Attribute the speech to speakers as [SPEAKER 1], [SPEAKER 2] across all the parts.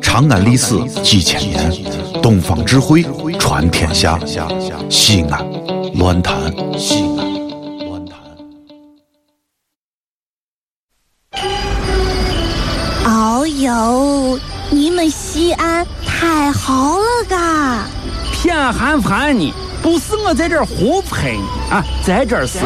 [SPEAKER 1] 长安历史几千年，东方智慧传天下。西安，乱谈西安，乱
[SPEAKER 2] 谈。哦呦，你们西安太好了嘎！啊
[SPEAKER 3] 偏寒寒你，不是我在这胡喷你啊，在这是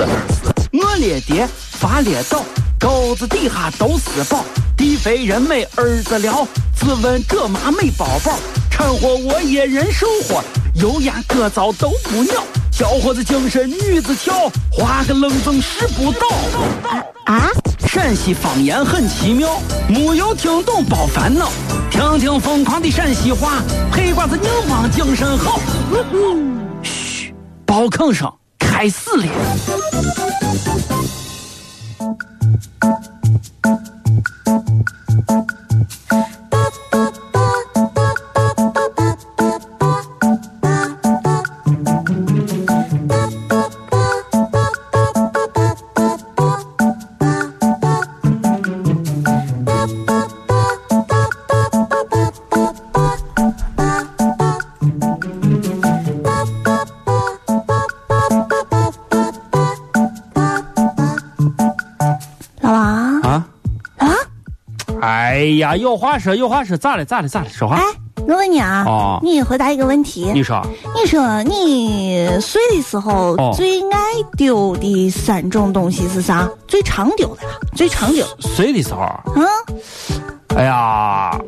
[SPEAKER 3] 我列爹发列倒，沟子底下都是宝。地肥人美儿子了，自问这妈没宝宝，掺和我也人生活，油盐各糟都不尿，小伙子精神女子俏，花个愣风拾不到。
[SPEAKER 2] 啊！
[SPEAKER 3] 陕西方言很奇妙，没有听懂别烦恼，听听疯狂的陕西话，黑瓜子硬邦精神好。嘘、嗯，包吭声开始了。
[SPEAKER 2] 啊
[SPEAKER 3] 啊哎呀，有话说，有话说，咋了？咋了？咋了？说话。
[SPEAKER 2] 哎，我问你啊，
[SPEAKER 3] 哦、
[SPEAKER 2] 你回答一个问题。
[SPEAKER 3] 你说，
[SPEAKER 2] 你说你睡的时候最爱丢的三种东西是啥？最常丢的，最常丢。
[SPEAKER 3] 睡的时候。
[SPEAKER 2] 嗯。
[SPEAKER 3] 哎呀。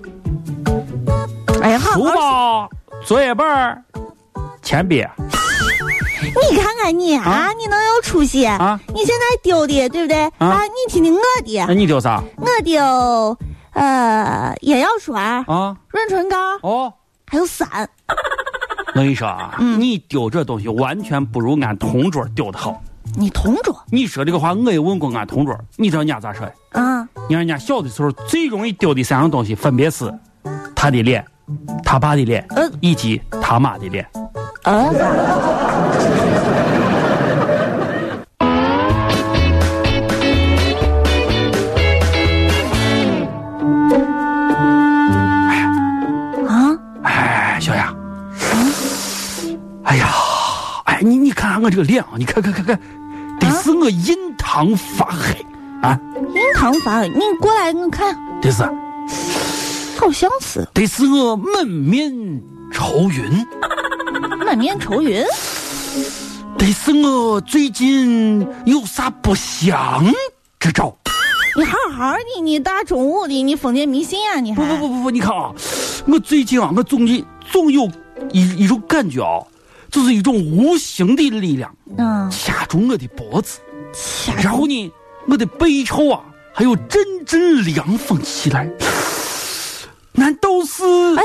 [SPEAKER 2] 哎呀，
[SPEAKER 3] 书包、作业本、铅笔。
[SPEAKER 2] 你看看你啊，你能有出息
[SPEAKER 3] 啊？
[SPEAKER 2] 你现在丢的对不对？啊，你听听我的。
[SPEAKER 3] 那你丢啥？
[SPEAKER 2] 我丢。呃，眼药水啊，润唇膏
[SPEAKER 3] 哦，
[SPEAKER 2] 还有伞。
[SPEAKER 3] 我跟你说啊，你丢这东西完全不如俺同桌丢的好。
[SPEAKER 2] 你同桌？
[SPEAKER 3] 你说这个话我也问过俺同桌，你知道人家咋说
[SPEAKER 2] 的？啊，
[SPEAKER 3] 你看人家小的时候最容易丢的三样东西分别是他的脸、他爸的脸，
[SPEAKER 2] 呃，
[SPEAKER 3] 以及他妈的脸。
[SPEAKER 2] 呃。
[SPEAKER 3] 哎哎你你看看我这个脸啊，你看看看看，得是我印堂发黑啊！
[SPEAKER 2] 印堂发黑，你过来我看。
[SPEAKER 3] 得是，
[SPEAKER 2] 好像是。
[SPEAKER 3] 得是我满面愁云。
[SPEAKER 2] 满面愁云。
[SPEAKER 3] 得是我最近有啥不祥之兆。
[SPEAKER 2] 你好好的，你大中午的，你封建迷信啊你还？
[SPEAKER 3] 不不不不不，你看啊，我最近啊，我总的总有一一种感觉啊。就是一种无形的力量，
[SPEAKER 2] 嗯，
[SPEAKER 3] 掐住我的脖子，
[SPEAKER 2] 住
[SPEAKER 3] 然后呢，我的背后啊，还有阵阵凉风袭来。难道是？
[SPEAKER 2] 哎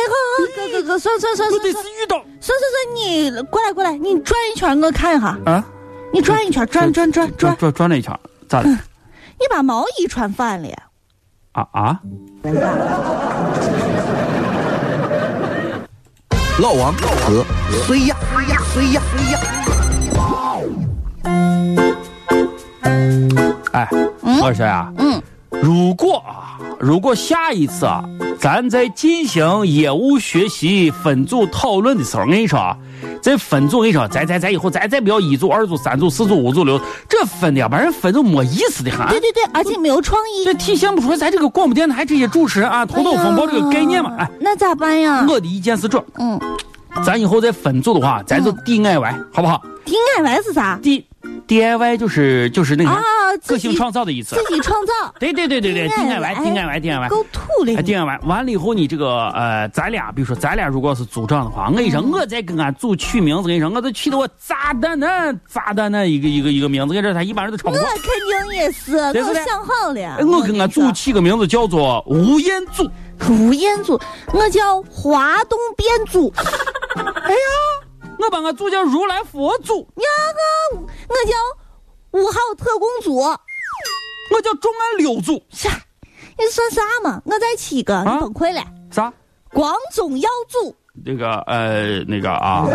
[SPEAKER 2] 哥哥哥哥，算算算算，
[SPEAKER 3] 得是遇到。
[SPEAKER 2] 算算算，你过来过来，你转一圈，我看一下。
[SPEAKER 3] 啊！
[SPEAKER 2] 你转一圈，转转转转
[SPEAKER 3] 转转了一圈，咋了？
[SPEAKER 2] 你把毛衣穿反了。
[SPEAKER 3] 啊啊！
[SPEAKER 1] 老王和谁呀？谁呀？谁呀？
[SPEAKER 3] 哎，我说呀，
[SPEAKER 2] 嗯，
[SPEAKER 3] 如果啊，如果下一次啊，咱在进行业务学习分组讨论的时候，我跟你说啊，这分组，我跟你说，咱咱咱以后咱再不要一组、二组、三组、四组、五组、六，这分的要不然分就没意思的很。
[SPEAKER 2] 对对对，而且没有创意。
[SPEAKER 3] 啊这体现不出咱这个广播电台这些主持人啊，头脑风暴这个概念嘛。哎，
[SPEAKER 2] 那咋办呀？
[SPEAKER 3] 我的意见是这，
[SPEAKER 2] 嗯。
[SPEAKER 3] 咱以后再分组的话，咱就 DIY，、嗯、好不好
[SPEAKER 2] ？DIY 是啥
[SPEAKER 3] ？D DIY 就是就是那个
[SPEAKER 2] 啊，
[SPEAKER 3] 个性创造的意思。
[SPEAKER 2] 自己创造。哎
[SPEAKER 3] 对对对对 对，DIY，DIY，DIY，
[SPEAKER 2] 够土了。
[SPEAKER 3] DIY 完了以后，你这个呃，咱俩比如说咱俩如果是组长的话，我跟你
[SPEAKER 2] 嗯
[SPEAKER 3] 说，我再跟俺组取名字，跟你说，我都取的我炸弹那炸弹那一个一个一个名字，跟这他一般人都唱不哎
[SPEAKER 2] 过。我肯定也是，我想好了。
[SPEAKER 3] 我跟俺组起个名字叫做吴彦祖。
[SPEAKER 2] 吴彦祖，我叫华东编组。
[SPEAKER 3] 哎呀，我把我组叫如来佛祖。
[SPEAKER 2] 呀，我我叫五号特工组。
[SPEAKER 3] 我叫重案六组。
[SPEAKER 2] 啥？你算啥嘛？我再起
[SPEAKER 3] 啊
[SPEAKER 2] 个，你崩溃了。
[SPEAKER 3] 啥？
[SPEAKER 2] 光宗耀祖。
[SPEAKER 3] 那个呃，那个啊。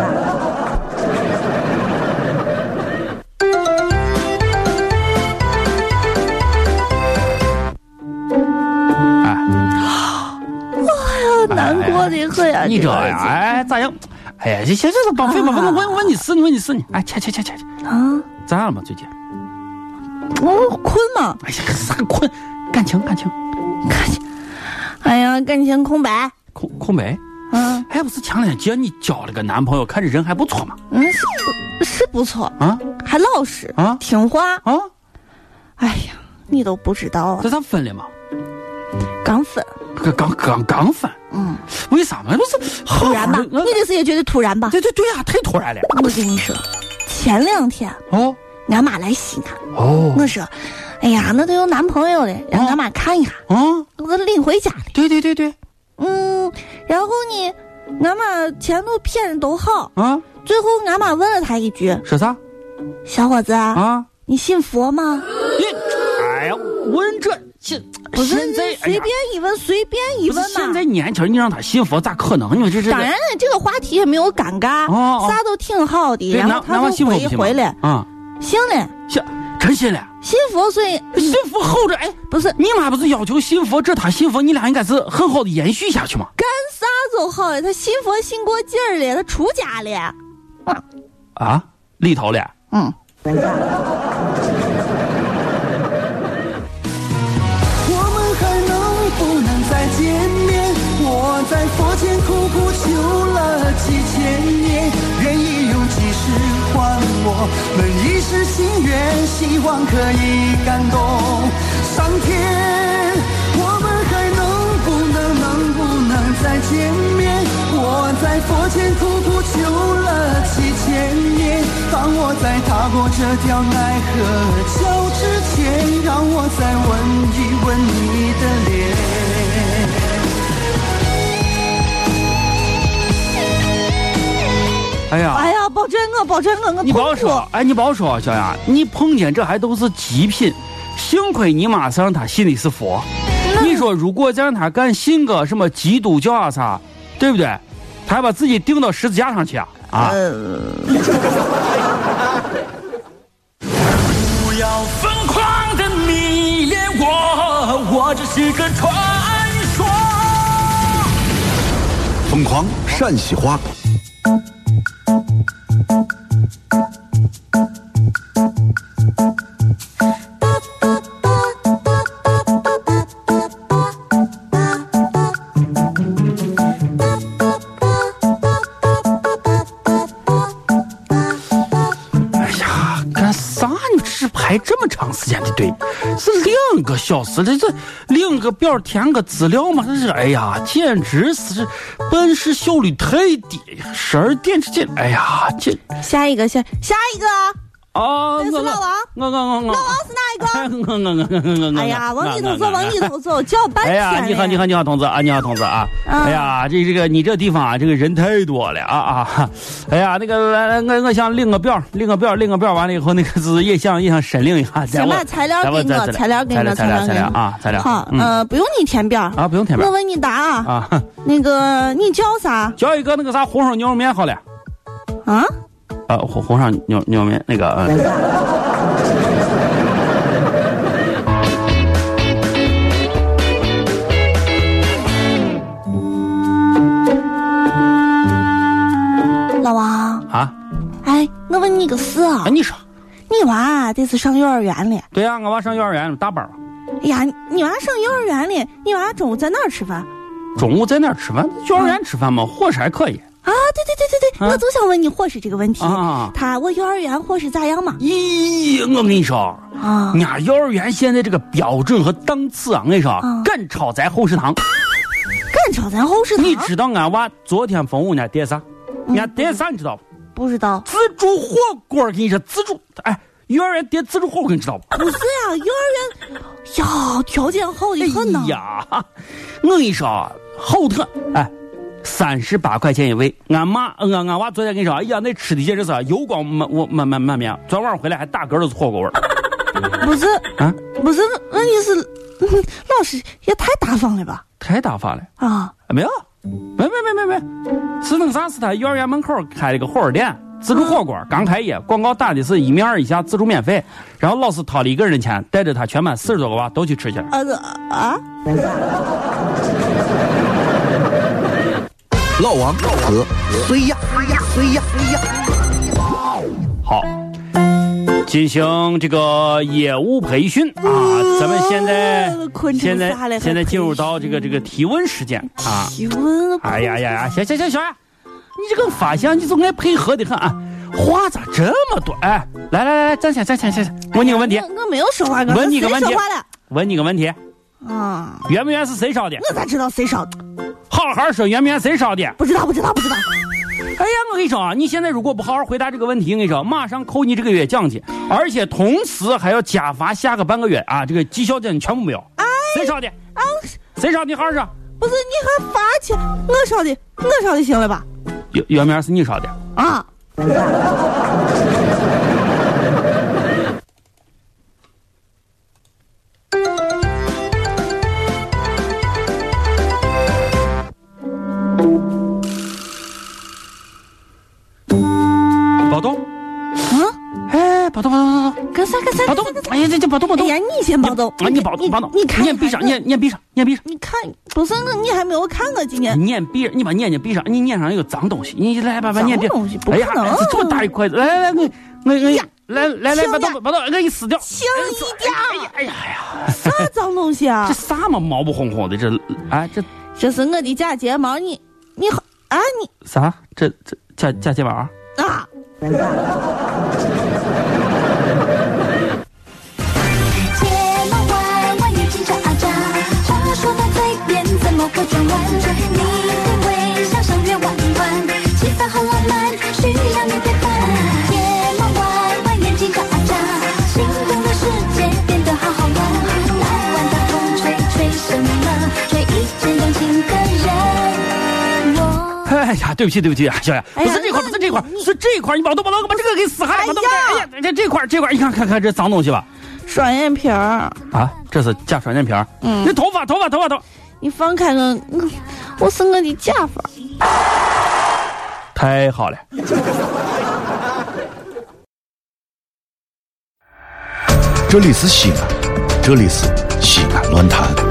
[SPEAKER 2] 难过的很呀。
[SPEAKER 3] 哎你这
[SPEAKER 2] 个
[SPEAKER 3] 呀，哎，咋样？哎呀，这行行行，绑匪嘛，问啊问问你事，问你事呢。哎，切切切切切，
[SPEAKER 2] 啊，哦
[SPEAKER 3] 咋了嘛？最近？哎
[SPEAKER 2] 我困嘛，
[SPEAKER 3] 哎呀，啥困？感情感情
[SPEAKER 2] 感情，哎呀，感情空白。
[SPEAKER 3] 空空白。
[SPEAKER 2] 嗯
[SPEAKER 3] 哎，不是前两天你交了个男朋友，看着人还不错嘛？
[SPEAKER 2] 嗯，是不是不错，
[SPEAKER 3] 啊
[SPEAKER 2] 还老实
[SPEAKER 3] 啊
[SPEAKER 2] 听话。
[SPEAKER 3] 啊，
[SPEAKER 2] 哎呀，你都不知道啊，
[SPEAKER 3] 这咋分了嘛？
[SPEAKER 2] 刚分，
[SPEAKER 3] 刚刚刚刚分，
[SPEAKER 2] 嗯，
[SPEAKER 3] 为啥嘛？不是
[SPEAKER 2] 突
[SPEAKER 3] 突
[SPEAKER 2] 然吧？
[SPEAKER 3] 我
[SPEAKER 2] 你这是也觉得突然吧？
[SPEAKER 3] 呃对对对呀、太突然了。
[SPEAKER 2] 我跟你说，前两天
[SPEAKER 3] 哦
[SPEAKER 2] 俺妈来西安，
[SPEAKER 3] 哦
[SPEAKER 2] 我说，哎呀，那都有男朋友了，让俺妈看一下，
[SPEAKER 3] 啊，
[SPEAKER 2] 我领回家了。
[SPEAKER 3] 对对对对
[SPEAKER 2] 嗯，然后呢，俺妈前头骗的都好，
[SPEAKER 3] 啊，
[SPEAKER 2] 最后俺妈问了他一句
[SPEAKER 3] 说啥：“
[SPEAKER 2] 小伙子，
[SPEAKER 3] 啊？
[SPEAKER 2] 你信佛吗
[SPEAKER 3] 你哎呀，问这现？”
[SPEAKER 2] 不是，
[SPEAKER 3] 现
[SPEAKER 2] 你
[SPEAKER 3] 在哎
[SPEAKER 2] 随
[SPEAKER 3] 呀
[SPEAKER 2] 便一问，随便一
[SPEAKER 3] 不是
[SPEAKER 2] 问
[SPEAKER 3] 现在
[SPEAKER 2] 嘛。
[SPEAKER 3] 年轻人，你让他信佛咋可能？你说这是
[SPEAKER 2] 当然了，这个话题也没有尴尬，
[SPEAKER 3] 哦哦
[SPEAKER 2] 啥都挺好的。
[SPEAKER 3] 对
[SPEAKER 2] 然
[SPEAKER 3] 南
[SPEAKER 2] 后
[SPEAKER 3] 南
[SPEAKER 2] 他
[SPEAKER 3] 方
[SPEAKER 2] 就
[SPEAKER 3] 信佛
[SPEAKER 2] 回
[SPEAKER 3] 不
[SPEAKER 2] 一
[SPEAKER 3] 信吗
[SPEAKER 2] 回了，
[SPEAKER 3] 啊，
[SPEAKER 2] 信了，
[SPEAKER 3] 信真信了，
[SPEAKER 2] 信佛，所以
[SPEAKER 3] 信佛后着哎。
[SPEAKER 2] 不是
[SPEAKER 3] 你妈不是要求信佛，这他信佛，你俩应该是很好的延续下去嘛？
[SPEAKER 2] 干啥都好呀，他信佛信过劲儿了，他出家了。
[SPEAKER 3] 啊，里头了。
[SPEAKER 2] 嗯，
[SPEAKER 4] 我们还能不能再见面？我在佛前苦苦求了几千年，愿意用几世换我们一世心愿，希望可以感动上天。我们还能不能能不能再见面？我在佛前苦苦求了几千年，当我在踏过这条奈何桥。走之前，让我再吻一吻你的脸。
[SPEAKER 3] 哎呀，
[SPEAKER 2] 哎呀，保证我，保证我，啊我
[SPEAKER 3] 你
[SPEAKER 2] 痛
[SPEAKER 3] 别
[SPEAKER 2] 苦
[SPEAKER 3] 说，哎，你别说，小杨，你碰见这还都是极品，幸亏你妈是让他信的是佛。你说如果再让他干信个什么基督教啊啥，对不对？他还把自己钉到十字架上去啊！啊，
[SPEAKER 4] 不要疯狂的迷恋我，我只是个传说。
[SPEAKER 1] 疯狂陕西话，
[SPEAKER 3] 哎呀，干啥你这排这么长时间的队？是两个小时的，这领个表填个资料嘛？这是，哎呀，简直是办事效率太低，十二点之前，哎呀，这。
[SPEAKER 2] 下一个，下下一个，
[SPEAKER 3] 啊，
[SPEAKER 2] 那是
[SPEAKER 3] 我
[SPEAKER 2] 老王
[SPEAKER 3] 我我我我，
[SPEAKER 2] 老王是哪一 个？
[SPEAKER 3] 我我我我我，
[SPEAKER 2] 哎呀，往里头
[SPEAKER 3] 我
[SPEAKER 2] 走，往里。头走，叫半
[SPEAKER 3] 哎
[SPEAKER 2] 天
[SPEAKER 3] 呀，你好，
[SPEAKER 2] 了
[SPEAKER 3] 你好，你好，同志啊，你好，同志啊！
[SPEAKER 2] 嗯
[SPEAKER 3] 哎呀，这这个你这地方啊，这个人太多了啊啊！ 哎呀，那个来来，我我想领个表，领个表，领个表，完了以后，那个是也想也想申领一下。
[SPEAKER 2] 行吧，材料给我，材料给我，
[SPEAKER 3] 材
[SPEAKER 2] 料
[SPEAKER 3] 料材
[SPEAKER 2] 给
[SPEAKER 3] 料
[SPEAKER 2] 我
[SPEAKER 3] 啊，材料。
[SPEAKER 2] 好，呃，不用你填表
[SPEAKER 3] 啊，不用填
[SPEAKER 2] 我
[SPEAKER 3] 表
[SPEAKER 2] 问你答啊，
[SPEAKER 3] 啊，
[SPEAKER 2] 那个你叫啥
[SPEAKER 3] 叫一个那个啥红烧牛肉面好了。
[SPEAKER 2] 啊？
[SPEAKER 3] 啊，红红烧牛牛肉面那个。嗯
[SPEAKER 2] 老王，
[SPEAKER 3] 啊，
[SPEAKER 2] 哎，我问你个事啊
[SPEAKER 3] 啊，，你说，
[SPEAKER 2] 你娃这次上幼儿园了？
[SPEAKER 3] 对呀，我娃上幼儿园啊了，大班了。
[SPEAKER 2] 哎呀，你娃上幼儿园了？你娃中午在哪儿吃饭？啊，
[SPEAKER 3] 中午在哪儿吃饭？幼儿园吃饭嘛，伙食还可以。
[SPEAKER 2] 对对对对对，
[SPEAKER 3] 啊
[SPEAKER 2] 我就想问你伙食这个问题
[SPEAKER 3] 啊。
[SPEAKER 2] 他我幼儿园伙食咋样嘛？
[SPEAKER 3] 咦，我跟你说，
[SPEAKER 2] 啊，
[SPEAKER 3] 俺幼儿园现在这个标准和档次啊，我跟你说
[SPEAKER 2] 啊，
[SPEAKER 3] 赶超咱后食堂。
[SPEAKER 2] 干炒咱后食堂？
[SPEAKER 3] 你知道俺娃昨天中午人家点啥？人家点啥你知道不？
[SPEAKER 2] 不知 道？
[SPEAKER 3] 自助火锅，跟你说自助，哎，幼儿园点自助火锅，你知道不？
[SPEAKER 2] 不是呀，幼儿园呀，条件好的很呐
[SPEAKER 3] 哎。呀，我跟你说啊，好特哎，三十八块钱一位。俺妈，俺俺娃昨天跟你说，哎呀，那吃的简直是油光满我满满满面。昨晚上回来还打嗝都是火锅味儿
[SPEAKER 2] 不是，
[SPEAKER 3] 啊，
[SPEAKER 2] 不是，问题是， 嗯老师也太大方了吧？
[SPEAKER 3] 太打发了。
[SPEAKER 2] 啊，
[SPEAKER 3] 啊没有，没没没没没，是那个啥？是他幼儿园门口开了个火锅店，自助火锅，刚开业，广告打的是一米二以下自助免费，然后老师掏了一个人的钱，带着他全班
[SPEAKER 2] 呃啊
[SPEAKER 3] 四十多个娃都去吃去了。
[SPEAKER 2] 呃啊，
[SPEAKER 1] 老王和
[SPEAKER 3] 谁呀谁呀谁呀。好，进行这个业务培训啊，咱们现在
[SPEAKER 2] 呃困成
[SPEAKER 3] 现
[SPEAKER 2] 啥了
[SPEAKER 3] 在
[SPEAKER 2] 还
[SPEAKER 3] 现在进入
[SPEAKER 2] 培训
[SPEAKER 3] 到这个这个提问时间啊。
[SPEAKER 2] 提问了，
[SPEAKER 3] 哎呀呀呀！行行行行，你这个发型你就爱配合的很啊，话咋这么多？哎，来来来来，站起来站起来站起来，问你个问题，
[SPEAKER 2] 我我没有说话，
[SPEAKER 3] 问你个问题
[SPEAKER 2] 谁说话了？
[SPEAKER 3] 问你个问题，
[SPEAKER 2] 啊，
[SPEAKER 3] 圆不圆是谁烧的？
[SPEAKER 2] 我咋知道谁烧的？
[SPEAKER 3] 好好说，圆不圆谁烧的？
[SPEAKER 2] 不知道，不知道，不知道。
[SPEAKER 3] 哎呀，我跟你说啊，你现在如果不好好回答这个问题，我跟你说，马上扣你这个月奖金，而且同时还要加罚下个半个月啊，这个绩效奖全部没有。谁烧的？
[SPEAKER 2] 啊，
[SPEAKER 3] 谁烧的？你好好说，
[SPEAKER 2] 不是你还罚钱？我烧的，我烧的行了吧？
[SPEAKER 3] 圆圆不圆是你烧的？
[SPEAKER 2] 啊，
[SPEAKER 3] 宝东，
[SPEAKER 2] 嗯，
[SPEAKER 3] 哎，宝东，宝东，宝东。
[SPEAKER 2] 干啥干啥
[SPEAKER 3] 别
[SPEAKER 2] 干
[SPEAKER 3] 动
[SPEAKER 2] 啥干！啥？
[SPEAKER 3] 哎呀，这这别动，
[SPEAKER 2] 哎
[SPEAKER 3] 别动！
[SPEAKER 2] 呀，你先别动
[SPEAKER 3] 啊，你别动，别动！
[SPEAKER 2] 你看，
[SPEAKER 3] 眼闭上，
[SPEAKER 2] 你
[SPEAKER 3] 眼眼闭上，眼闭上，
[SPEAKER 2] 你看，不是我，你还没有看我今天。
[SPEAKER 3] 你眼闭，你把眼睛闭上，你眼上有脏东西，你来把把眼闭。哎呀，这么大一块子，来来来，我我我，来来来，别动，别动，我给你撕掉。哎呀哎呀，
[SPEAKER 2] 啥脏东西啊
[SPEAKER 3] 这？啥嘛毛不哄哄的，这哎这
[SPEAKER 2] 这是我的假睫毛，你你好啊你
[SPEAKER 3] 啥？这这假假睫毛？
[SPEAKER 2] 啊！
[SPEAKER 5] 睫毛弯弯，眼睛眨啊眨，话说到嘴边怎么会转弯？你的微笑像月弯弯，气氛好浪漫，需要你陪伴。睫毛弯弯，眼睛眨啊眨，心动的世界变得好好玩。来晚大风吹吹什么？吹一见钟情的人。我
[SPEAKER 3] 哎呀，对不起对不起啊，小雅，不是这块，不是这块，是这块，你把动把动，把这个给撕下来，把动，哎呀，这这块这块，你看看看这脏东西吧。
[SPEAKER 2] 双眼皮儿，
[SPEAKER 3] 啊，这是假双眼皮儿。嗯，那头发，头发，头发，头发，
[SPEAKER 2] 你放开我，我我是我的假发。
[SPEAKER 3] 太好了。
[SPEAKER 1] 这里是西安，这里是西安乱坛。